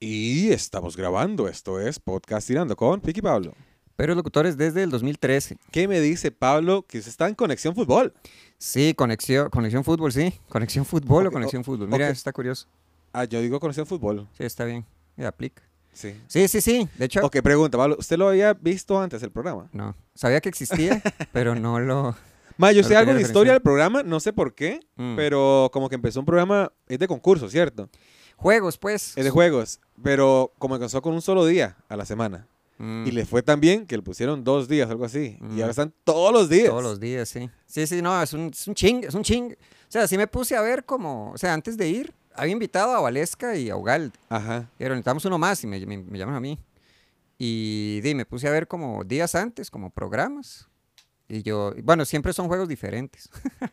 Y estamos grabando. Esto es Podcast Tirando con Piqui Pablo. Pero locutores desde el 2013. ¿Qué me dice Pablo que usted está en Conexión Fútbol? Sí, conexión, conexión fútbol, sí. Conexión fútbol Ok, o conexión o- fútbol. Mira, ok. está curioso. Ah, yo digo Conexión Fútbol. Sí, está bien. Ya aplica. Sí. Sí, sí, sí. De hecho, Ok, pregunta, Pablo. ¿Usted lo había visto antes el programa? no. Sabía que existía, pero no lo. Ma, yo No sé lo algo tenía de referenciado. historia del programa, no sé por qué, Mm. pero como que empezó un programa, es de concurso, ¿cierto? Juegos, pues. Es de juegos, pero como empezó con un solo día a la semana. Mm, Y le fue tan bien que le pusieron dos días, algo así. Y Mm. ahora están todos los días. Todos los días, sí. Sí, sí, no, es un, es un ching, es un ching. O sea, sí me puse a ver como. O sea, antes de ir, había invitado a Valesca y a Ugalde. Ajá. Pero necesitamos uno más y me, me- me llaman a mí. Y di, me puse a ver como días antes, como programas. Y yo, bueno, siempre son juegos diferentes.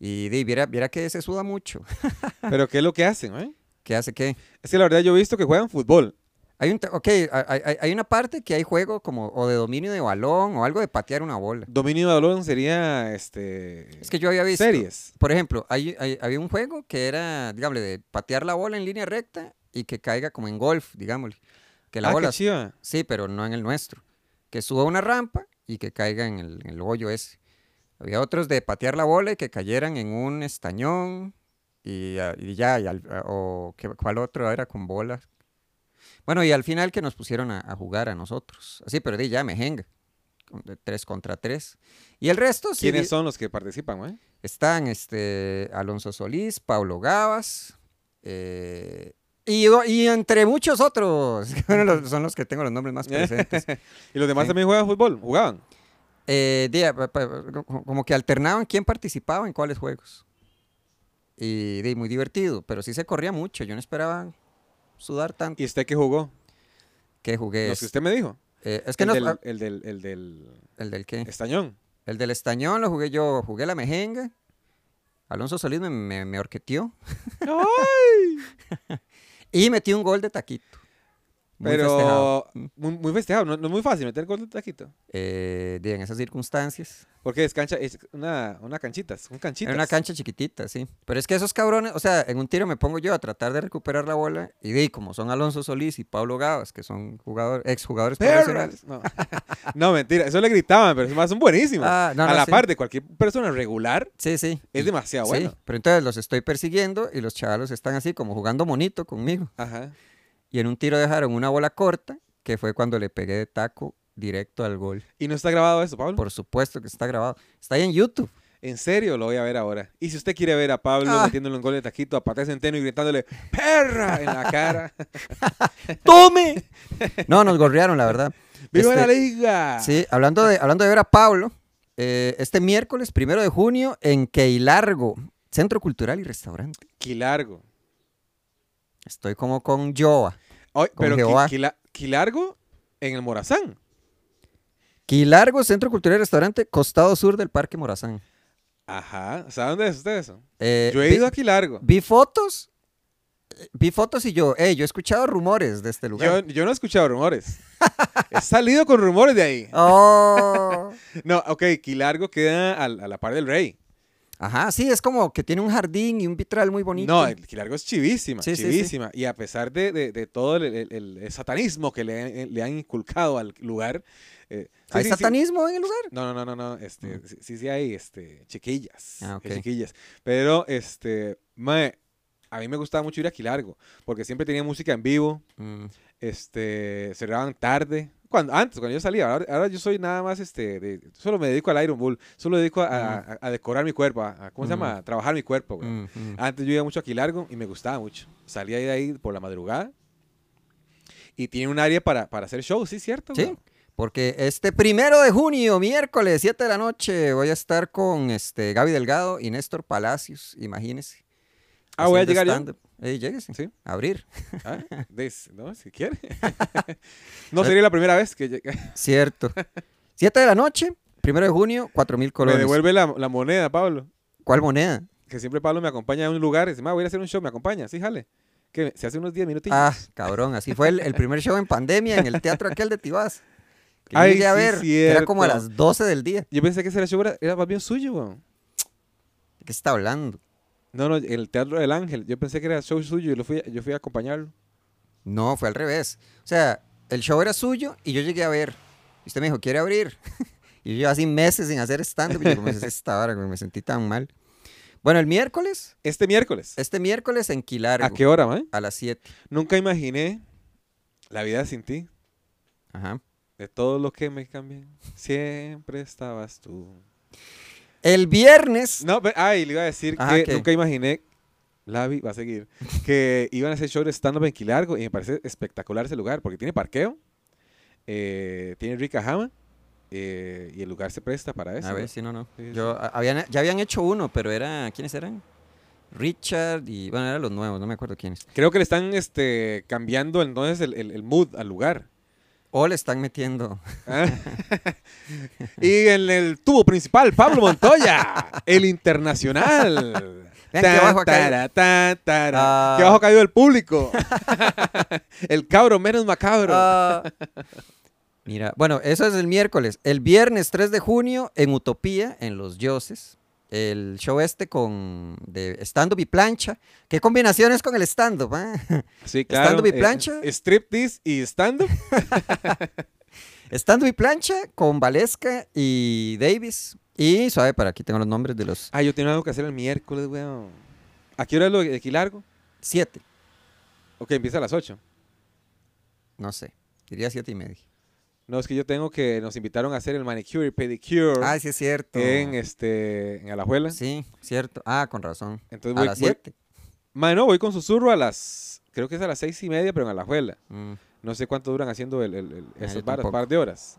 y di, viera, viera que se suda mucho. Pero ¿qué es lo que hacen, eh? ¿Qué hace qué? Es que la verdad yo he visto que juegan fútbol. Hay, un, ta- ok, hay, hay- hay una parte que hay juego como o de dominio de balón o algo de patear una bola. Dominio de balón sería, este... Es que yo había visto. Series. Por ejemplo, hay, hay- había un juego que era, digamos, de patear la bola en línea recta y que caiga como en golf, digámosle. Que la ah, bola qué chiva. Sí, pero no en el nuestro. Que suba una rampa y que caiga en el, en el hoyo ese. Había otros de patear la bola y que cayeran en un estañón y, ah, y ya, y al- ah, o que, cuál otro era con bolas. Bueno, y al final que nos pusieron a, a jugar a nosotros. Así, pero di ya, mejenga. con- de Tres contra tres. Y el resto sí. ¿Quiénes di- son los que participan, eh? Están este, Alonso Solís, Pablo Gavas. eh, y, y entre muchos otros. Bueno, los- son los que tengo los nombres más presentes. ¿Y los demás Sí. también juegan fútbol? ¿Jugaban? Eh, di, pa- pa- co- como que alternaban quién participaba en cuáles juegos. Y di, muy divertido, pero sí se corría mucho. Yo no esperaba sudar tanto ¿Y usted qué jugó? que jugué. Los que es- usted me dijo. eh, es que el, no. del, ah, el del... El del... ¿El del qué? Estañón. El del estañón lo jugué yo. Jugué la mejenga. Alonso Solís me, me, me orqueteó. Y metí un gol de taquito. Muy festejado. Pero Mm. muy, muy festejado, no, no es muy fácil meter gol de taquito. Eh, di, en esas circunstancias. Porque es cancha, es una, una canchita, son canchitas. Era una cancha chiquitita, sí. Pero es que esos cabrones, o sea, en un tiro me pongo yo a tratar de recuperar la bola y di, como son Alonso Solís y Pablo Gavas, que son jugadores, exjugadores profesionales. Perras. No. No, mentira, eso le gritaban, pero más son buenísimos. Ah, no, a no, la sí. par de cualquier persona regular, Sí, sí. es Y- demasiado sí, bueno. pero entonces los estoy persiguiendo y los chavalos están así como jugando monito conmigo. Ajá. Y en un tiro dejaron una bola corta, que fue cuando le pegué de taco directo al gol. Y no está grabado eso, Pablo. Por supuesto que está grabado. Está ahí en YouTube. En serio, lo voy a ver ahora. Y si usted quiere ver a Pablo Ah. metiéndole un gol de taquito a Paté Centeno y gritándole ¡Perra! en la cara. ¡Tome! No, nos gorrearon, la verdad. ¡Viva Este, la liga! Sí, hablando de, hablando de ver a Pablo, eh, este miércoles primero de junio en Keilargo, Centro Cultural y Restaurante. Quilargo. Estoy como con Joa. Ay, Con pero qui- Jehová. quila- Quilargo en el Morazán. Keilargo, Centro Cultural y Restaurante, costado sur del Parque Morazán. Ajá. ¿Sabe dónde es usted eso? Eh, Yo he vi- ido aquí largo. Vi fotos, eh, vi fotos y yo, eh, yo he escuchado rumores de este Yo, lugar. yo no he escuchado rumores. he salido con rumores de ahí. Ah. Oh. No, ok, Quilargo queda al- a la par del Rey. Ajá, sí, es como que tiene un jardín y un vitral muy bonito. No, eh, el Quilargo es chivísima, Sí, sí, sí. chivísima. Y a pesar de, de- de todo el, el- el- el satanismo que le, le han inculcado al lugar. eh, sí, ¿Hay sí, sí. satanismo en el lugar? No, no, no, no, no. Este, Mm. sí, sí, sí hay este, chiquillas. Ah, hay ok. Chiquillas. Pero, este, mae, a mí me gustaba mucho ir a Quilargo, porque siempre tenía música en vivo. Mm, este, cerraban tarde. Cuando, antes, cuando yo salía, ahora, ahora yo soy nada más, este, de- solo me dedico al Iron Bull, solo dedico a, a- a- a decorar mi cuerpo, a, a- ¿cómo se llama? A trabajar mi cuerpo, güey. mm, mm. Antes yo iba mucho aquí largo y me gustaba mucho. Salía de ahí por la madrugada y tiene un área para, para hacer shows, ¿sí cierto? Sí, güey? porque este primero de junio, miércoles, 7 de la noche, voy a estar con este Gaby Delgado y Néstor Palacios, imagínese. Ah, voy a haciendo llegar yo. stand-up. Eh, lléguese, Sí. a abrir. Ah, des- no, si quiere. no sería la primera vez que llega- Cierto. 7 de la noche, primero de junio, 4 mil me colones. devuelve la, la moneda, Pablo. ¿Cuál moneda? Que siempre Pablo me acompaña a un lugar y dice, "Ma, voy a ir a hacer un show, me acompaña, sí, jale. Que se hace unos 10 minutitos. Ah, cabrón, así fue el, el primer show en pandemia en el teatro aquel de Tibás. Que yo Ay, llegué a sí, ver, que era como a cierto. las 12 del día. Yo pensé que ese show era, era más bien suyo, weón. ¿De qué está hablando? No, no, el Teatro del Ángel. Yo pensé que era show suyo y lo fui, yo fui a acompañarlo. No, fue al revés. O sea, el show era suyo y yo llegué a ver. Y usted me dijo, ¿quiere abrir? y yo así meses sin hacer stand-up. Y yo, ¿cómo es esta hora? Me sentí tan mal. Bueno, el miércoles, Este miércoles. este miércoles en Quilargo. ¿A qué hora, man? A las 7. Nunca imaginé la vida sin ti. Ajá. De todo lo que me cambié, siempre estabas tú. El viernes. No, pero, ay, le iba a decir Ajá, que ¿qué? nunca imaginé, Lavi va a seguir, que iban a hacer show de stand-up en Quilargo y me parece espectacular ese lugar porque tiene parqueo, eh, tiene rica jama eh, y el lugar se presta para eso. a ¿no? ver, si no, no. Sí, Yo, a- habían, ya habían hecho uno, pero era. ¿Quiénes eran? Richard y. Bueno, eran los nuevos, no me acuerdo quiénes. Creo que le están este, cambiando entonces el, el- el mood al lugar. O le están metiendo. Ah. y en el tubo principal, Pablo Montoya, el internacional. Vean qué abajo ha caído. tara, tan, tara. Ah. Qué abajo ha caído el público. el cabro menos macabro. Ah. Mira, bueno, eso es el miércoles. El viernes 3 de junio en Utopía, en Los Dioses. El show este con de stand-up y plancha. ¿Qué combinaciones con el stand-up? ah? sí, claro. eh, stand-up y plancha. striptease y stand-up. Stand-up y plancha con Valesca y Davis. Y suave, para aquí tengo los nombres de los Ah, yo tenía algo que hacer el miércoles, weón. ¿A qué hora es lo de Quilargo? siete. Ok, empieza a las 8. No sé, diría siete y media. No, es que yo tengo que... Nos invitaron a hacer el manicure y pedicure Ah, sí es cierto. en, este, en Alajuela. Sí, cierto. Ah, con razón. Entonces A voy, las voy- siete. Mae, no, voy con susurro a las. Creo que es a las seis y media, pero en Alajuela. Mm, No sé cuánto duran haciendo el, el- el- yo esas varas, tampoco. par de horas.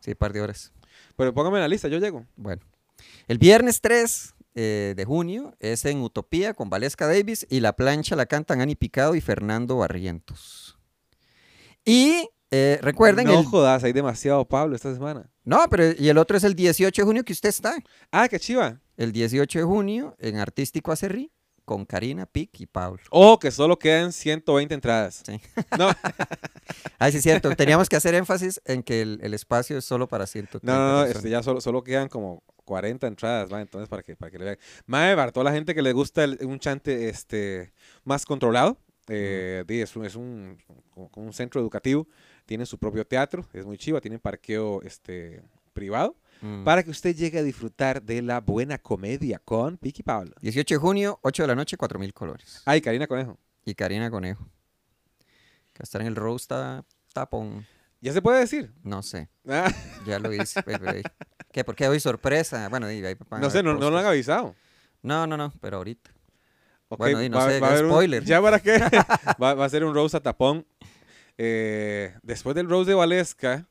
sí, par de horas. Pero póngame en la lista, yo llego. Bueno, el viernes 3 eh, de junio es en Utopía con Valesca Davis y la plancha la cantan Ani Picado y Fernando Barrientos. Y eh, recuerden, No el- jodas, hay demasiado Pablo esta semana. no, pero y el otro es el 18 de junio que usted está. Ah, qué chiva. El 18 de junio en Artístico Acerrí con Karina, Pic y Pablo. Oh, que solo quedan 120 entradas. Sí. No, Ah, sí, es cierto. Teníamos que hacer énfasis en que el, el espacio es solo para 130 no, no, no, personas. este, ya solo, solo quedan como 40 entradas, mae, Entonces, para que, para que le vean. Mae, para toda la gente que le gusta el- un chante este, más controlado, eh, di, es, un, es un, como- como un centro educativo. Tienen su propio teatro, es muy chiva, tienen parqueo este, privado. Mm. para que usted llegue a disfrutar de la buena comedia con Vicky Pablo. 18 de junio, 8 de la noche, 4.000 colores. Ay, Karina Conejo. Y Karina Conejo. Que va a estar en el roast a tapón. ¿Ya se puede decir? No sé, Ah, ya lo hice. pero ahí- ¿Qué? ¿Por qué hoy sorpresa? Bueno, ahí- ahí van a no sé, no, haber no lo han posters. avisado. No, no, no, pero ahorita. Ok, Bueno, di, no sé, a haber un- spoiler. ¿Ya para qué? va, va a ser un Rose a tapón. Eh, después del Rose de Valesca,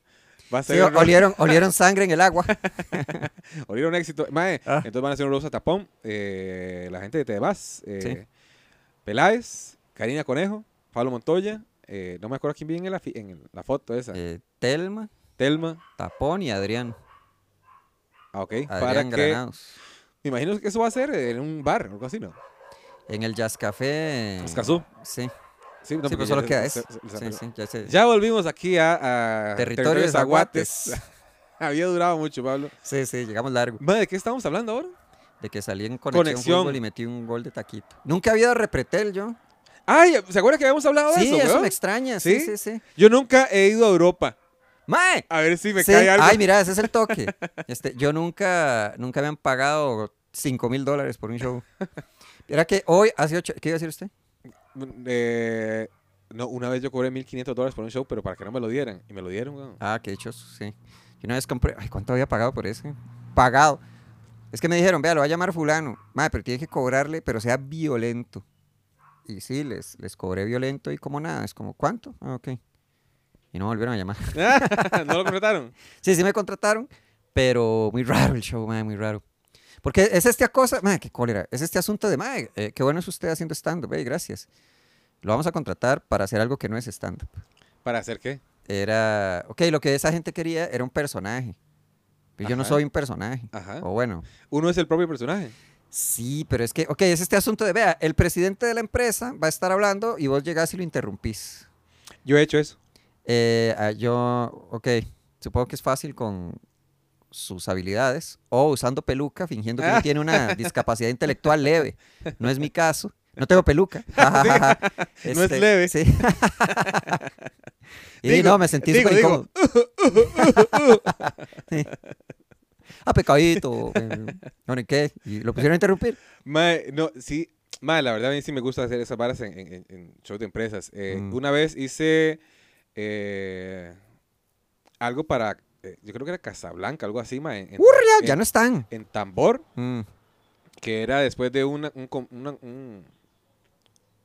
va a ser Sí, un roast- olieron, olieron sangre en el agua. olieron éxito. Mae, Ah. entonces van a hacer un Rose a tapón. eh, la gente de Tebas, eh, Sí. Peláez, Karina Conejo, Pablo Montoya. eh, no me acuerdo quién viene en la, fi- en la foto esa. Eh, Telma, Telma. Tapón y Adrián. Ah, ok. para Adrián que Granados. Me imagino que eso va a ser en un bar o algo así, ¿no? En el Jazz Café. eh, Escazú. Sí, Sí, no, sí, porque pues solo ya- queda se- eso. se- se- Sí, sí, ya sé. Ya volvimos aquí a, a Territorio de Zaguates. Había durado mucho, Pablo. Sí, sí, llegamos largo. Madre, ¿de qué estamos hablando ahora? De que salí en conexión, Conexión. fútbol y metí un gol de taquito. Nunca había dado repretel yo. Ay, ¿se acuerdan que habíamos hablado de Sí, eso, eso weón? me extraña. Sí, ¿Sí? sí, sí. Yo nunca he ido a Europa. ¡Mae! A ver si me Sí, cae algo. Ay, mira, ese es el toque. Este, yo nunca, nunca me han pagado 5 mil dólares por un show. Era que hoy, hace ocho, ¿qué iba a decir usted? Eh, no, una vez yo cobré 1.500 dólares por un show, pero para que no me lo dieran. Y me lo dieron, weón. Ah, qué hechos, sí. Yo una vez compré, ay, ¿cuánto había pagado por ese? Pagado. Es que me dijeron, vea, lo va a llamar fulano. Madre, pero tiene que cobrarle, pero sea violento. Y sí, les, les cobré violento y como nada, es como, ¿cuánto? Ah, ok. Y no volvieron a llamar. ¿No lo contrataron? Sí, sí me contrataron, pero muy raro el show, madre, muy raro. Porque es esta cosa, madre, qué cólera, es este asunto de, madre, eh, qué bueno es usted haciendo stand-up, eh, gracias. Lo vamos a contratar para hacer algo que no es stand-up. ¿Para hacer qué? Era, ok, lo que esa gente quería era un personaje. Pero yo no Ajá. soy un personaje. Ajá. O bueno, Uno es el propio personaje. sí, pero es que, ok, es este asunto de, vea, el presidente de la empresa va a estar hablando y vos llegás y lo interrumpís. Yo he hecho eso. Eh, ah, yo, ok, supongo que es fácil con sus Ah. habilidades o usando peluca fingiendo que uno tiene una discapacidad intelectual leve. No es mi caso. No tengo peluca. Ja, ja, ja, ja. Ah, No es leve. sí. y Digo, no, me sentí digo, súper digo. incómodo. Sí. Ah, pecadito. eh, No, ni qué. Y lo pusieron a interrumpir. Mae, no, sí. Mae, la verdad a mí sí me gusta hacer esas varas en, en- en- en shows de empresas. Eh, Mm. Una vez hice eh, algo para, eh, yo creo que era Casablanca, algo así, mae, en, ¡Urria! en- Ya no están. en tambor, Mm, que era después de una, un com- una, un-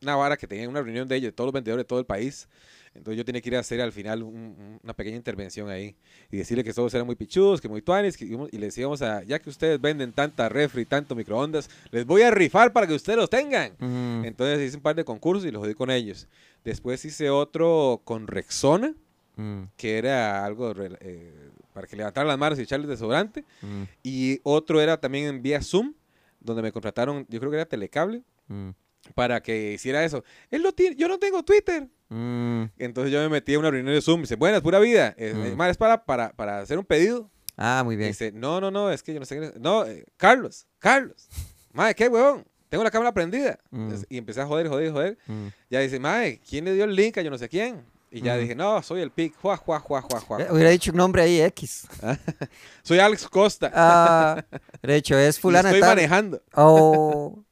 una vara que tenía una reunión de ellos, todos los vendedores de todo el país. Entonces yo tenía que ir a hacer al final un- un- una pequeña intervención ahí y decirle que todos eran muy pichudos, que muy tuanes, que íbamos- y les íbamos a, ya que ustedes venden tanta refri, tanto microondas, les voy a rifar para que ustedes los tengan. mm. Entonces hice un par de concursos y los jodí con ellos. Después hice otro con Rexona, Mm, que era algo re- eh, para que levantaran las manos y echarles desodorante. mm, Y otro era también en vía Zoom, donde me contrataron, yo creo que era Telecable, mm, para para que hiciera eso. Él no tiene, yo no tengo Twitter. mm. Entonces yo me metí a una reunión de Zoom y dice, buenas, pura vida. Es, Mm. es más, es para, para, para hacer un pedido. Ah, muy Y bien. dice, no, no, no, es que yo no sé quién es. No, eh, Carlos, Carlos. Madre, qué huevón. Tengo la cámara prendida. Mm. Entonces, Y empecé a joder, joder, joder. Mm. Ya dice, mae, ¿quién le dio el link a yo no sé quién? Y ya Ujú. dije, no, soy el pic, juá, juá, juá, juá, juá. Mm. Eh, Hubiera dicho un nombre ahí, X. Soy Alex Costa. Ah, hubiera dicho, es y fulana estoy de tal. manejando. Oh,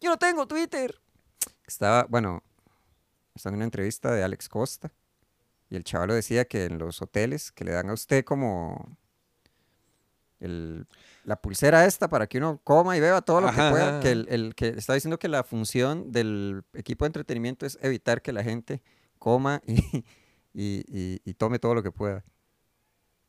yo no tengo Twitter. Estaba, bueno, estaba en una entrevista de Alex Costa y el chaval lo decía que en los hoteles que le dan a usted como el- la pulsera esta para que uno coma y beba todo lo Ajá, que ajá. pueda, que, el, el que está diciendo que la función del equipo de entretenimiento es evitar que la gente coma y, y- y- y tome todo lo que pueda.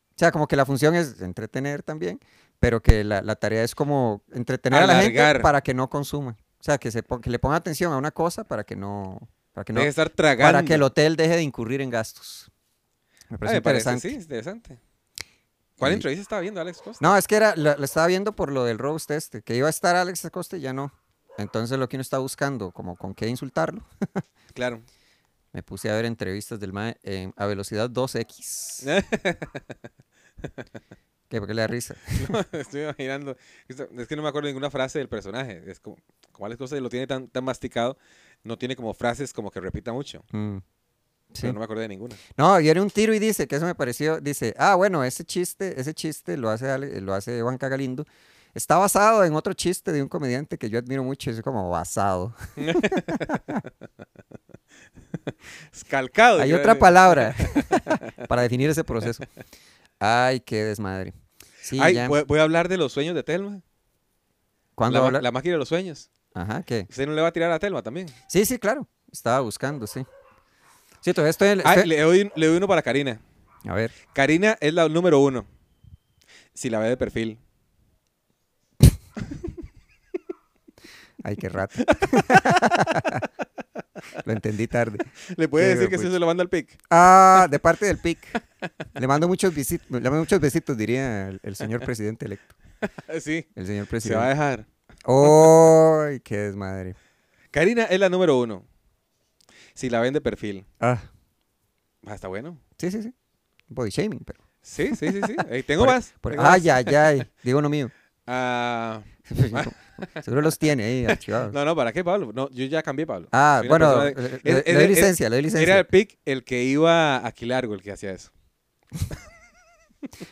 O sea, como que la función es entretener también, pero que la, la tarea es como entretener a la Alargar. gente para que no consuma. O sea, que, se pon- que le ponga atención a una cosa para que no... Para que, no, Deje de estar tragando. para que el hotel deje de incurrir en gastos. Me Ah, parece me parece, interesante. sí, interesante. ¿Cuál Y- entrevista estaba viendo Alex Costa? No, es que era, lo, lo estaba viendo por lo del roast este, que iba a estar Alex Acosta y ya no. Entonces lo que uno está buscando, como con qué insultarlo, Claro. me puse a ver entrevistas del MAE en- a velocidad 2X. ¿Qué? ¿Por qué le da risa? Estoy imaginando. Esto- Es que no me acuerdo ninguna frase del personaje. Es como, como Alex Costa lo tiene tan, tan masticado, no tiene como frases como que repita mucho. Mm. Sí. Pero no me acordé de ninguna. No, viene un tiro y dice, que eso me pareció, dice, ah, bueno, ese chiste, ese chiste lo hace, Ale- lo hace Juan Cagalindo. Está basado en otro chiste de un comediante que yo admiro mucho, es como basado. Escalcado. Hay yo- otra palabra para definir ese proceso. Ay, qué desmadre. Sí, Ay, ya. voy, voy a hablar de los sueños de Telma. ¿Cuándo La, ma- habla- la máquina de los sueños. Ajá, ¿qué? Usted no le va a tirar a Telma también. Sí, sí, claro. Estaba buscando, sí. Sí, todavía estoy... en- Ah, estoy- le, doy, le doy uno para Karina. A ver. Karina es la número uno. Si la ve de perfil. Ay, qué rato. Lo entendí tarde. Le puede Qué decir que si vergüenza. se lo manda al pic. Ah, de parte del PIC. Le mando muchos besitos, le mando muchos besitos, diría el, el señor presidente electo. Sí, El señor se va a presidente. dejar. ¡Ay, qué desmadre! Karina es la número uno. Si la ven de perfil. Ah, Ah, está bueno. sí, sí, sí. Body shaming, pero. Sí, sí, sí, sí. Ey, tengo Por- e-, más. por- ah, tengo más. ay, ay, ay. Digo uno mío. Ah, Seguro los tiene ahí archivados. no, no, ¿para qué, Pablo? No, yo ya cambié, Pablo. Ah, Soy una bueno, persona de- le, es- le- es- le doy es- licencia, le Era doy el licencia. pic el que iba aquí largo, el que hacía eso.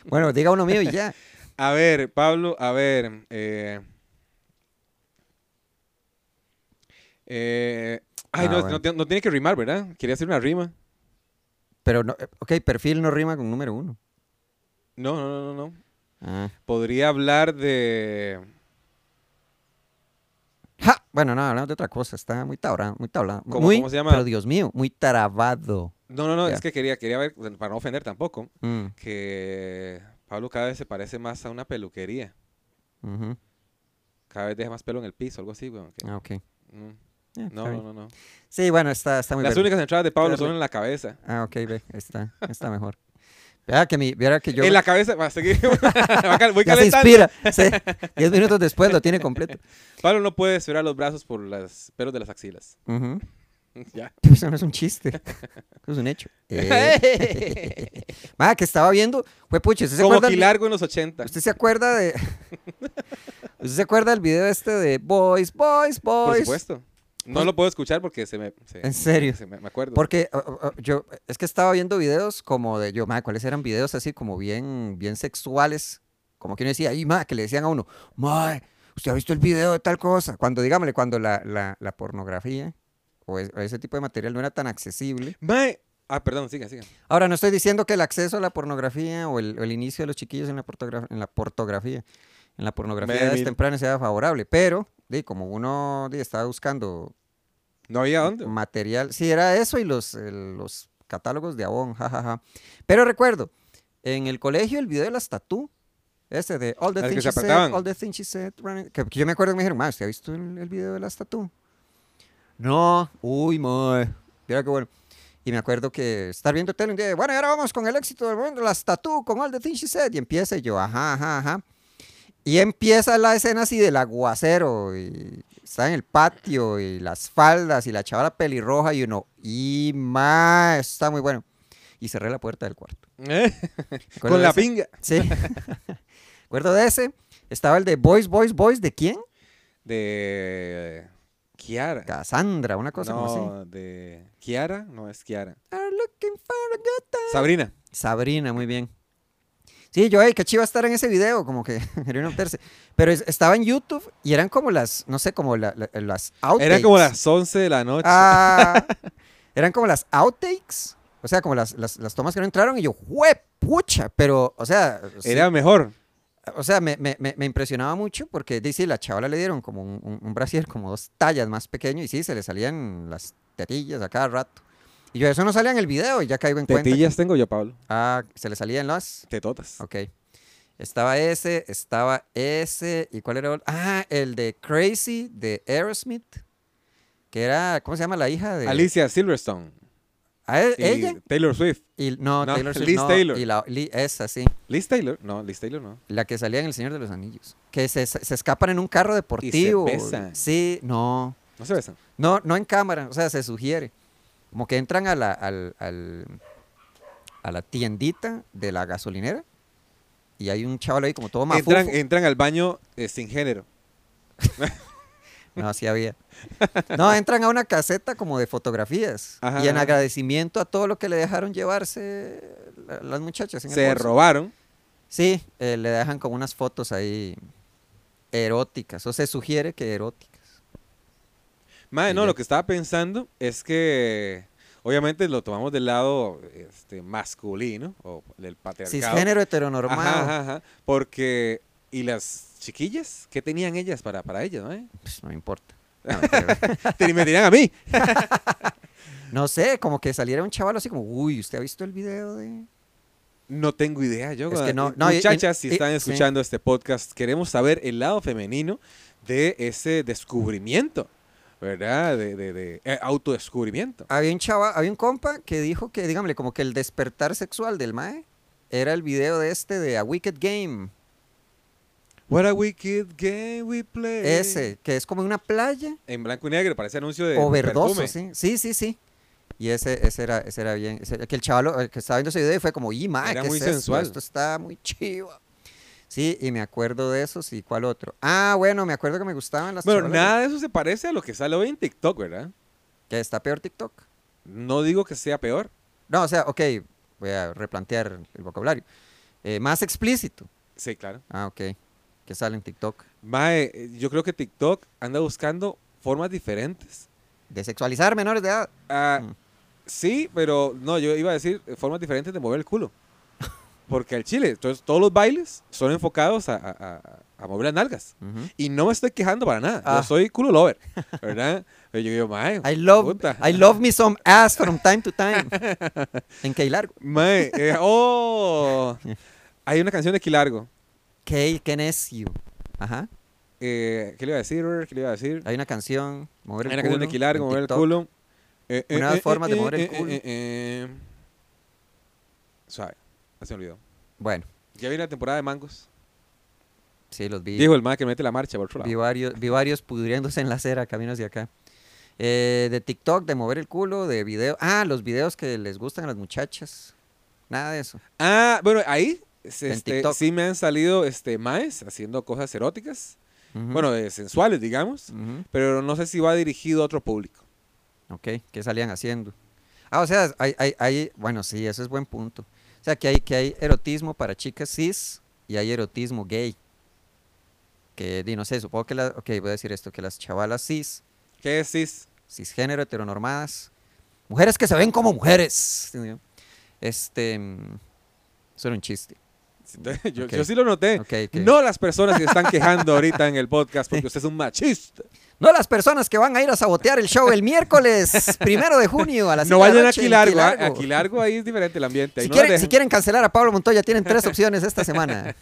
Bueno, diga uno mío y ya. A ver, Pablo, a ver. eh, eh, ay, Ah, no, bueno. no te- no tiene que rimar, ¿verdad? Quería hacer una rima. Pero, no, eh, ok, perfil no rima con número uno. No, no, no, no. no. Ah. Podría hablar de. Ja, Bueno, no, hablamos de otra cosa. Está muy tablado, muy tablado. ¿Cómo- muy, cómo se llama? Pero Dios mío, muy tarabado. No, no, no, Ya. es que quería, quería ver, para no ofender tampoco, Mm, que Pablo cada vez se parece más a una peluquería. ujú. Cada vez deja más pelo en el piso, algo así, weón. que- Ah, ok. mm, Ya, está No, no, bien. no, no. Sí, bueno, está, está muy Las verde. únicas entradas de Pablo Está son bien. en la cabeza. Ah, ok, ve, está, está mejor. Vea que, mi, viera que yo... En la cabeza, va a seguir. va cal- voy ya se calentando. inspira. sí. Diez minutos después lo tiene completo. Pablo no puede estirar los brazos por los pelos de las axilas. Ujú. ya. Eso no es un chiste. eso Es un hecho. Eh. Ma, que estaba viendo... Fue pucha, ¿usted se Como acuerda? del- Quilargo en los 80. ¿Usted se acuerda de...? ¿Usted se acuerda del video este de Boys, Boys, Por Boys? supuesto. No lo puedo escuchar porque se me. se- ¿En serio? se me, me acuerdo. Porque uh, uh, uh, yo es que estaba viendo videos como de yo, ma, ¿cuáles eran videos así como bien, bien sexuales? Como que uno decía, y ma, que le decían a uno, ma, usted ha visto el video de tal cosa. Cuando, digámosle, cuando la, la- la pornografía o, es- o ese tipo de material no era tan accesible. Mae. Ah, perdón, siga, siga. Ahora, no estoy diciendo que el acceso a la pornografía o el, o el inicio de los chiquillos en la, portogra- en la portografía, en la pornografía de Mil- temprana sea favorable, pero di, como uno di, estaba buscando No había dónde. Mm. material. Sí, era eso y los, eh, los catálogos de Avon, jajaja. Pero recuerdo, en el colegio el video de las tatú, ese de All the Al que Things se She Said, apretaban. All the Things She Said, running- que, que yo me acuerdo que me dijeron, ma, ¿usted ha visto el, el video de las tatú? No, uy, mae, mira qué bueno. Y me acuerdo que estar viendo tele un día, bueno, y ahora vamos con el éxito del mundo, las tatú, con All the Things She Said, y empieza y yo, ajá, ajá, ajá. Y empieza la escena así del aguacero y está en el patio y las faldas y la chavala pelirroja y uno, y más, está muy bueno. Y cerré la puerta del cuarto. Eh, ¿Recuerdas Con la ese? pinga. Sí. Recuerdo de ese. Estaba el de Boys, Boys, Boys, ¿de quién? De. Kiara. Cassandra, una cosa no, como así. de. Kiara, no es Kiara. Are looking for a good- Sabrina. Sabrina, muy bien. Sí, yo, ay, qué chiva estar en ese video, como que quería meterse. Pero es- estaba en YouTube y eran como las, no sé, como la- la- las outtakes. Era como las 11 de la noche. Ah, eran como las outtakes. O sea, como las, las, las tomas que no entraron y yo, ¡jue pucha! Pero, o sea, pues sí, Era mejor. o sea me, me- me- me impresionaba mucho porque dice, la chavala le dieron como un, un, un brasier, como dos tallas más pequeño y sí, se le salían las tetillas a cada rato. Y yo, eso no salía en el video y ya caigo en cuenta. Tetillas tengo yo, Pablo. Ah, se le salían las... Tetotas. Ok. Estaba ese, estaba ese. ¿Y cuál era? el- Ah, el de Crazy de Aerosmith. Que era, ¿cómo se llama la hija de Alicia Silverstone. ¿A e- y ella? Taylor Swift. Y, no, no, Taylor Swift. Liz no, Taylor. Y la, Li- esa, sí. Liz Taylor. No, Liz Taylor no. La que salía en El Señor de los Anillos. Que se, se- se escapan en un carro deportivo. besan. Sí, no. No se besan. No, no en cámara, o sea, se sugiere. Como que entran a la, al- al- a la tiendita de la gasolinera y hay un chaval ahí como todo mafufo. Entran, entran al baño eh, sin género. No, así había. No, entran a una caseta como de fotografías. Ajá. Y en agradecimiento a todo lo que le dejaron llevarse la- las muchachas. En el Se bolso. robaron. Sí, eh, le dejan como unas fotos ahí eróticas. O se sugiere que eróticas. Madre, Y no, ya. lo que estaba pensando es que obviamente lo tomamos del lado este, masculino o del patriarcado. Cisgénero Ajá, heteronormado. ajá, ajá, Porque, ¿y las chiquillas? ¿Qué tenían ellas para, para ellas? mae? Pues, no me importa. No, mentira. Te- me dirán a mí. No sé, como que saliera un chaval así como, uy, ¿usted ha visto el video de...? No tengo idea, yo. Es que eh, no- no, y- y- Muchachas, si y- están sí. escuchando este podcast, queremos saber el lado femenino de ese descubrimiento, ¿verdad? De, de- de, eh, autodescubrimiento. Había un chaval, había un compa que dijo que, dígame, como que el despertar sexual del mae era el video de este de A Wicked Game. What a wicked game we play. Ese, que es como una playa En blanco y negro, parece anuncio de. de o verdoso, perfume. sí. Sí, sí, sí. Y ese, ese era, ese era bien. ese- que el chaval eh, que estaba viendo ese video y fue como, y mae, Era ¿qué muy es esto? sensual. Esto está muy chiva. Sí, y me acuerdo de esos y cuál otro. Ah, bueno, me acuerdo que me gustaban las Bueno, chavalas nada de eso se parece a lo que sale hoy en TikTok, ¿verdad? Que está peor TikTok. No digo que sea peor. No, o sea, ok, voy a replantear el vocabulario. Eh, más explícito. Sí, claro. Ah, ok. Que sale en TikTok. Mae, eh, yo creo que TikTok anda buscando formas diferentes. De sexualizar menores de edad. Ah, Mm. Sí, pero no, yo iba a decir eh, formas diferentes de mover el culo. Porque al chile, entonces, todos los bailes son enfocados a, a- a- a mover las nalgas. Ujú. Y no me estoy quejando para nada. Ah. Yo soy culo lover, ¿verdad? Pero yo digo, mae, I love, puta. I love me some ass from time to time. en Key Largo. Mae, eh, oh. Hay una canción de Quilargo. Key, qué necio. Ajá. Eh, ¿Qué le iba a decir? ¿Qué le iba a decir? Hay una canción, mover el Hay una culo. canción de Quilargo, en mover el TikTok. culo. Eh, eh, Una eh, forma de eh, mover el eh, culo. eh, eh, eh. Suave, ya se me olvidó. Bueno, Ya viene la temporada de mangos. sí, los vi. Dijo el mae que mete la marcha por otro lado. vi, varios, vi varios pudriéndose en la acera, caminos de acá. Eh, de TikTok, de mover el culo, de video. Ah, los videos que les gustan a las muchachas. Nada de eso. Ah, bueno, ahí es, En este, TikTok. sí me han salido este maes haciendo cosas eróticas. Ujú, Mm. bueno, eh, sensuales, digamos, ujú. pero no sé si va dirigido a otro público. Ok, ¿qué salían haciendo? Ah, o sea, hay, hay, hay- bueno, sí, ese es buen punto. O sea, que hay, que hay erotismo para chicas cis y hay erotismo gay. Que, di, no sé, supongo que, la, ok, voy a decir esto, que las chavalas cis, ¿Qué decís? cisgénero, heteronormadas, mujeres que se ven como mujeres. Este, mm, eso era un chiste. Yo, Ok. yo sí lo noté. Ok, ok. Eh, No las personas que están quejando ahorita en el podcast porque usted es un machista. No a las personas que van a ir a sabotear el show el miércoles primero de junio a las No siete de la vayan noche aquí en largo, ¿ah? Quilargo. aquí largo ahí es diferente el ambiente. ahí Si no las quieren, si dejan. quieren cancelar a Pablo Montoya, tienen tres opciones esta semana.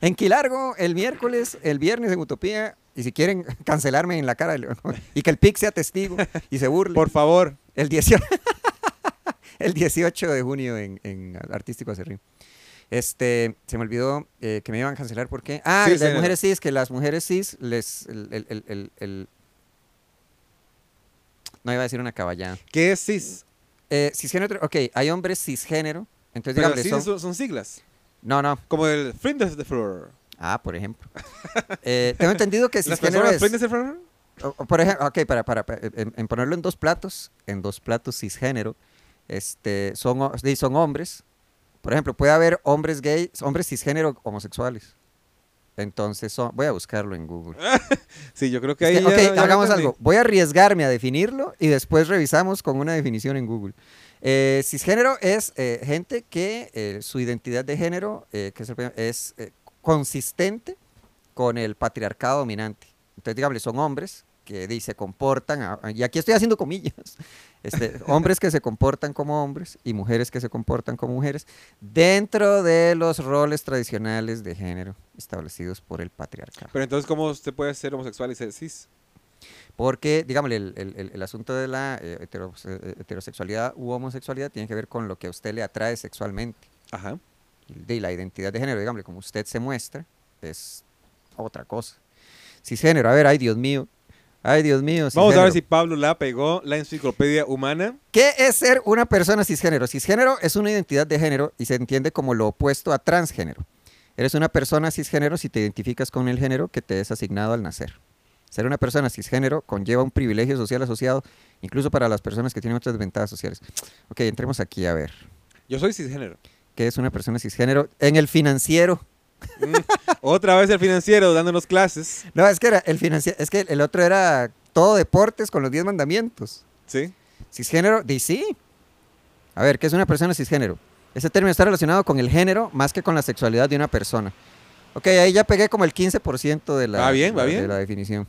En Quilargo, el miércoles, el viernes en Utopía. Y si quieren cancelarme en la cara de Leonor, y que el PIC sea testigo y se burle. Por favor, El, 18, el 18 de junio en, en Artístico Acerrín. Este, se me olvidó eh, que me iban a cancelar por qué. Ah, Sí, el de sí, mujeres cis, que las mujeres cis les... el- el- el- el- el- No iba a decir una caballada. ¿qué es cis? Eh, cisgénero, ok, hay hombres cisgénero. Entonces, Pero digámosle, cis Pues son- son, son siglas, No, no. como el friend of the floor. Ah, por ejemplo. Eh, tengo entendido que ¿Las cisgénero personas es... friend of the floor? o- o por ejemplo, ok, para, para, para, en, en ponerlo en dos platos, en dos platos cisgénero, este, son, ho- sí, son hombres. Por ejemplo, puede haber hombres gays, hombres cisgénero homosexuales. Entonces, son- voy a buscarlo en Google. Sí, yo creo que ahí. Es que, ya- ok, ya lo hagamos entendí. algo. Voy a arriesgarme a definirlo y después revisamos con una definición en Google. Eh, cisgénero es eh, gente que eh, su identidad de género eh, que es, el primer- es, eh, consistente con el patriarcado dominante. Entonces, digamos, son hombres que di, se comportan, a- a- y aquí estoy haciendo comillas, este, hombres que se comportan como hombres y mujeres que se comportan como mujeres dentro de los roles tradicionales de género establecidos por el patriarcado. Pero entonces, ¿cómo usted puede ser homosexual y ser cis? Porque, digámosle, el, el- el- el asunto de la eh, heterose- eh, heterosexualidad u homosexualidad tiene que ver con lo que a usted le atrae sexualmente. Ajá. Y de la identidad de género, digámosle, como usted se muestra, es otra cosa. Cisgénero, a ver, ay Dios mío, ay Dios mío. Vamos a ver cisgénero. si Pablo la pegó la enciclopedia humana. ¿Qué es ser una persona cisgénero? Cisgénero es una identidad de género y se entiende como lo opuesto a transgénero. Eres una persona cisgénero si te identificas con el género que te es asignado al nacer. Ser una persona cisgénero conlleva un privilegio social asociado, incluso para las personas que tienen otras ventajas sociales. Ok, entremos aquí a ver. Yo soy cisgénero. ¿Qué es una persona cisgénero? En el financiero. Mm, Otra vez el financiero dándonos clases. No, es que era el financiero, es que el otro era todo deportes con los 10 mandamientos. Sí. Cisgénero, di sí. A ver, ¿qué es una persona cisgénero? Ese término está relacionado con el género más que con la sexualidad de una persona. Ok, ahí ya pegué como el 15% de la, Va bien, va de- de bien. la definición.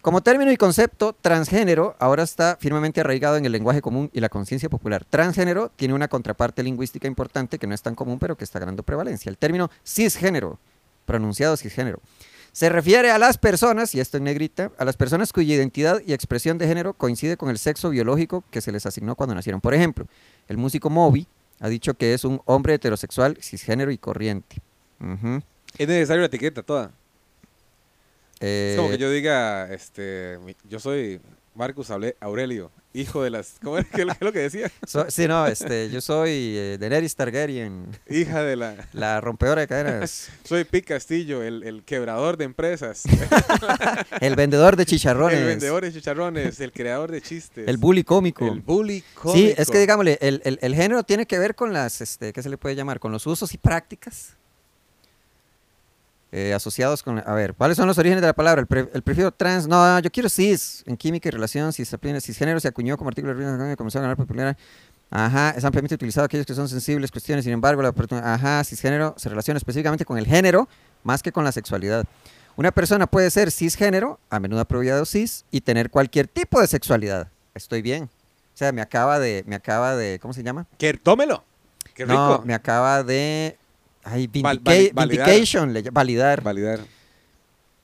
Como término y concepto, transgénero ahora está firmemente arraigado en el lenguaje común y la conciencia popular. Transgénero tiene una contraparte lingüística importante que no es tan común, pero que está ganando prevalencia. El término cisgénero, pronunciado cisgénero, se refiere a las personas, y esto en negrita, a las personas cuya identidad y expresión de género coincide con el sexo biológico que se les asignó cuando nacieron. Por ejemplo, el músico Moby ha dicho que es un hombre heterosexual, cisgénero y corriente. Ujú. Es necesario la etiqueta toda. Eh, Es como que yo diga, este, mi- yo soy Marcus Aule- Aurelio, hijo de las, ¿cómo era que, qué es lo que decía? so- sí, no, este, yo soy eh, Daenerys Targaryen, Hija de la, la rompedora de cadenas, soy Pete Castillo, el, el quebrador de empresas, el vendedor de chicharrones, el el, vendedor de chicharrones, el creador de chistes, bully cómico. el bully Sí, es cómico. que digámosle, el, el- el género tiene que ver con las, este, ¿qué se le puede llamar? Con los usos y prácticas eh, asociados con, a ver, ¿cuáles son los orígenes de la palabra? El, pre- el prefijo trans, no, yo quiero cis, en química y relación, cisdisciplina, cisgénero se acuñó como artículo de origen que comenzó a ganar popularidad. Ajá, es ampliamente utilizado aquellos que son sensibles cuestiones, sin embargo, la oportunidad, ajá, cisgénero se relaciona específicamente con el género más que con la sexualidad. Una persona puede ser cisgénero, a menudo apropiado cis, y tener cualquier tipo de sexualidad. Estoy bien. O sea, me acaba de, me acaba de, ¿cómo se llama? Que tómelo, qué rico. No, me acaba de, ay, Val- vindica- vali- validar. vindication, le ll- validar, Validar.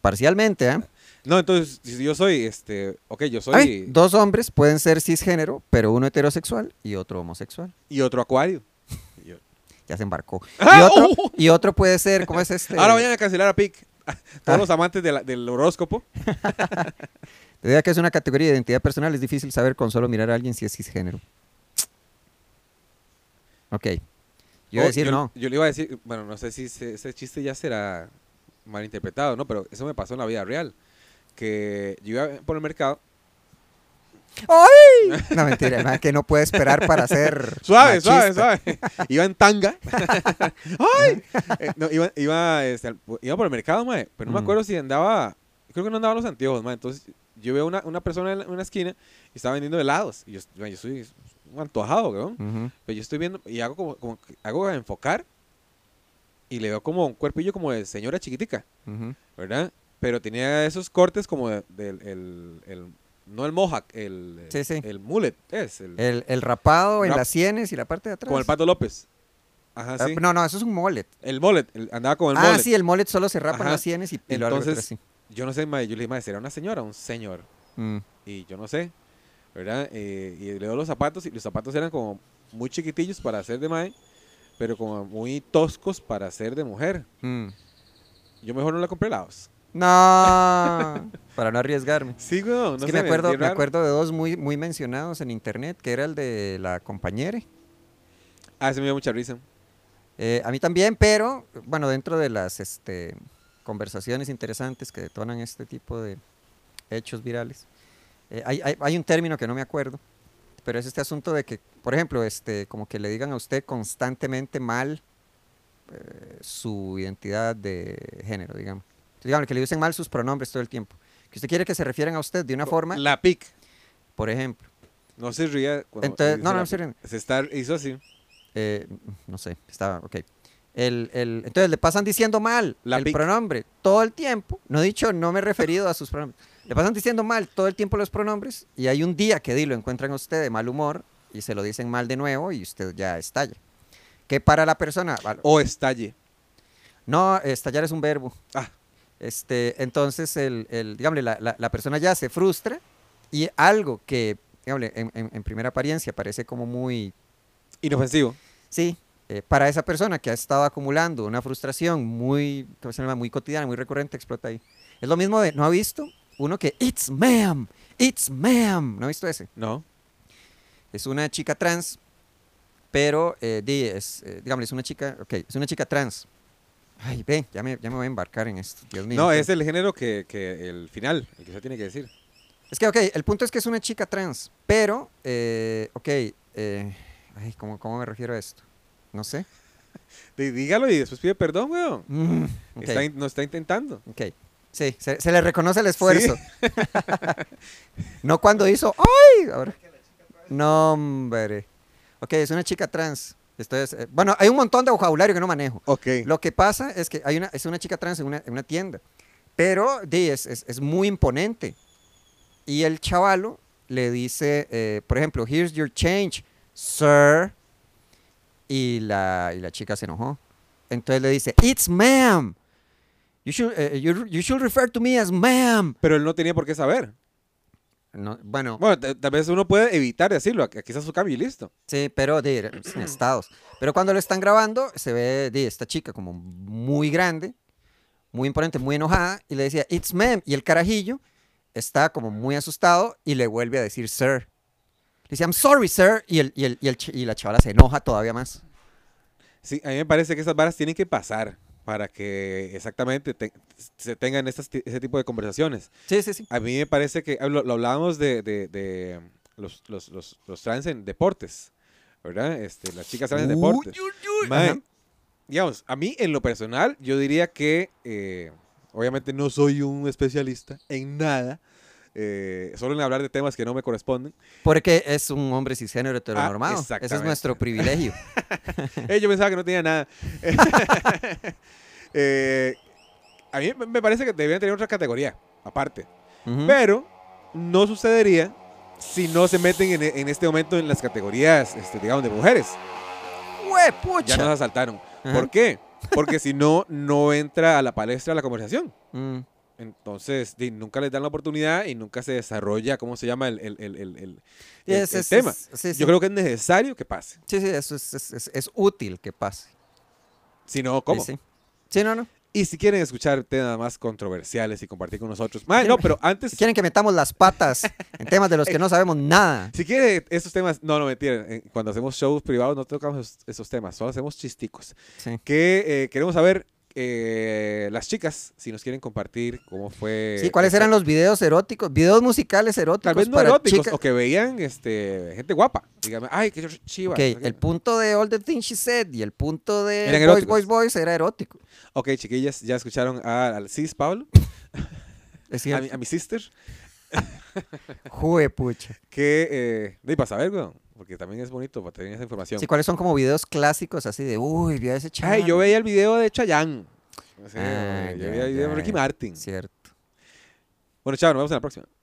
parcialmente, ¿eh? No, entonces, si yo soy, este, ok, yo soy, Ay, dos hombres pueden ser cisgénero, pero uno heterosexual y otro homosexual. y otro acuario. Y yo- Ya se embarcó. Y ¡Ah! otro, ¡Oh! y otro puede ser, ¿cómo es este? Ahora vayan a cancelar a Pic. Ah. Todos los amantes de la- del horóscopo. Te diría que es una categoría de identidad personal, es difícil saber con solo mirar a alguien si es cisgénero. Ok. Yo iba a Oh, decir no. Yo le iba a decir, bueno, no sé si ese, ese chiste ya será malinterpretado, ¿no? Pero eso me pasó en la vida real. Que yo iba por el mercado. ¡Ay! No, mentira, ma, que no puede esperar para ser. Suave, machista. suave, suave. Iba en tanga. ¡Ay! Eh, no, iba, iba, este, al- iba por el mercado, mae. Pero no me Mm. acuerdo si andaba. Creo que no andaba los anteojos, mae. Entonces yo veo una, una persona en la- en una esquina y estaba vendiendo helados. Y yo, mae, yo soy un antojado, weón. Ujú. Pero yo estoy viendo y hago como, como que- hago a enfocar y le veo como un cuerpillo como de señora chiquitica, Ujú. ¿verdad? Pero tenía esos cortes como de- del el, el- no el mohawk, el, Sí, sí. el mullet, es el, El, el rapado en Rap- las sienes y la parte de atrás. como el Pato López. Ajá, Ah, sí. No, no, eso es un mullet. El mullet, el- andaba con el ah, mullet. sí, el mullet solo se rapa en Ajá. las sienes y, y lo abre Entonces- atrás, sí. Yo no sé, mae, yo le dije, mae, ¿será una señora o un señor? Mm. Y yo no sé, ¿verdad? Eh, y le veo los zapatos y los zapatos eran como muy chiquitillos para ser de mae, pero como muy toscos para ser de mujer. Mm. Yo mejor no la compré lados. No, para no arriesgarme. Sí, weón. Es no que sé, me acuerdo, sentí me raro. acuerdo de dos muy, muy mencionados en internet, que era el de la compañera. Ah, se me dio mucha risa. Eh, a mí también, pero bueno, dentro de las este, conversaciones interesantes que detonan este tipo de hechos virales, eh, hay, hay- hay un término que no me acuerdo, pero es este asunto de que, por ejemplo, este, como que le digan a usted constantemente mal eh, su identidad de género, digamos. Digamos, que le dicen mal sus pronombres todo el tiempo. Que usted quiere que se refieran a usted de una forma, La pic. por ejemplo. No se ría cuando. Entonces- dice no, no, la no se pic. ríen. Se está, hizo así. Eh, no sé, estaba, ok. El, el- entonces le pasan diciendo mal La el pic. pronombre todo el tiempo. No he dicho, no me he referido a sus pronombres. Le pasan diciendo mal todo el tiempo los pronombres y hay un día que di, lo encuentran a usted de mal humor y se lo dicen mal de nuevo y usted ya estalla. Que para la persona, al- O estalle. no, estallar es un verbo. Ah. Este, entonces, el, el, digámosle, la, la- la persona ya se frustra y algo que, digámosle, en- en- en primera apariencia parece como muy Inofensivo. Sí, eh, para esa persona que ha estado acumulando una frustración muy, ¿cómo se llama? muy cotidiana, muy recurrente, explota ahí. Es lo mismo de, ¿no ha visto? Uno que, it's ma'am, it's ma'am. ¿No ha visto ese? No. Es una chica trans, pero, eh, di, es, eh, digámosle, es una chica, ok, es una chica trans. Ay, ve, ya me, ya me voy a embarcar en esto, Dios mío. No, qué- es el género que, que el final, el que se tiene que decir. Es que, ok, el punto es que es una chica trans, pero, eh, ok, eh, ay, ¿cómo, ¿cómo me refiero a esto? No sé. Dí- Dígalo y después pide perdón, weón. Mm, ok. Está in- no está intentando. Ok. Sí, se, se le reconoce el esfuerzo. no cuando hizo. ¡Ay! Ahora. No, hombre. Ok, es una chica trans. Esto es, eh, bueno, hay un montón de vocabulario que no manejo. Ok. Lo que pasa es que hay una, es una chica trans en una, en una tienda. Pero di, es, es- es muy imponente. Y el chavalo le dice, eh, por ejemplo, here's your change, sir. Y la, y la chica se enojó. Entonces le dice, it's ma'am. You should, eh, you, you should refer to me as ma'am. Pero él no tenía por qué saber. No, bueno, Bueno, ta- tal vez uno puede evitar decirlo. Aquí aquí está su cambio y listo. Sí, pero di, era- sin estados. Pero cuando lo están grabando, se ve di, esta chica como muy grande, muy imponente, muy enojada, y le decía, It's ma'am. Y el carajillo está como muy asustado y le vuelve a decir, Sir. Le dice, I'm sorry, sir. Y, el, y, el- y el ch- y la chavala se enoja todavía más. Sí, a mí me parece que esas varas tienen que pasar para que exactamente te- se tengan estas ti- ese tipo de conversaciones. Sí, sí, sí. A mí me parece que ah, lo, lo hablábamos de, de- de, mm, los, los, los, los trans en deportes, ¿verdad? Este, las chicas trans en deportes. Mae, Ajá. digamos, a mí en lo personal, yo diría que eh, obviamente no soy un especialista en nada, eh, solo en hablar de temas que no me corresponden. Porque es un hombre cisgénero heteronormado. Ese es Ah, exactamente. nuestro privilegio. Eh, yo pensaba que no tenía nada. Eh, a mí me- me parece que deberían tener otra categoría, aparte. Ujú. Pero no sucedería si no se meten en, en este momento en las categorías, este, digamos, de mujeres. Ya ¡Huepucha! nos asaltaron. Ajá. ¿Por qué? Porque si no, no entra a la palestra la conversación. Mm. Entonces, di, nunca les dan la oportunidad y nunca se desarrolla, ¿cómo se llama? El, el- el- el- el- el- Es- el es- tema. es- sí, sí. Yo creo que es necesario que pase. Sí, sí, eso es- es- es- es útil que pase. Si no, ¿cómo? Sí, sí. Sí, no, no. Y si quieren escuchar temas más controversiales y compartir con nosotros. Mae, no, pero antes. Si quieren que metamos las patas en temas de los que no sabemos nada. Si quiere esos temas, no, no mentira. eh, Cuando hacemos shows privados no tocamos esos, esos temas, solo hacemos chisticos. Sí. Que eh, queremos saber Eh, las chicas, si nos quieren compartir cómo fue. Sí, ¿cuáles esta- eran los videos eróticos? Videos musicales eróticos Eh, Tal vez no para eróticos, chicas. o que veían este, gente guapa. Dígame, ay, qué chiva. Ok, el punto de All the Things She Said y el punto de Eran Boys, eróticos. Boys, Boys era erótico. Ok, chiquillas, ya escucharon a, al cis Pablo, Es a mi, cierto. a mi sister, Juepucha. que. Eh, de para saber, weón, porque también es bonito para tener esa información. Sí, ¿cuáles son como videos clásicos así de, uy, vi a ese chaval? ay, yo veía el video de Chayanne. O sea, Ah, yo ya, veía el video de ya, Ricky ya. Martin. Cierto. Bueno, chao, nos vemos en la próxima.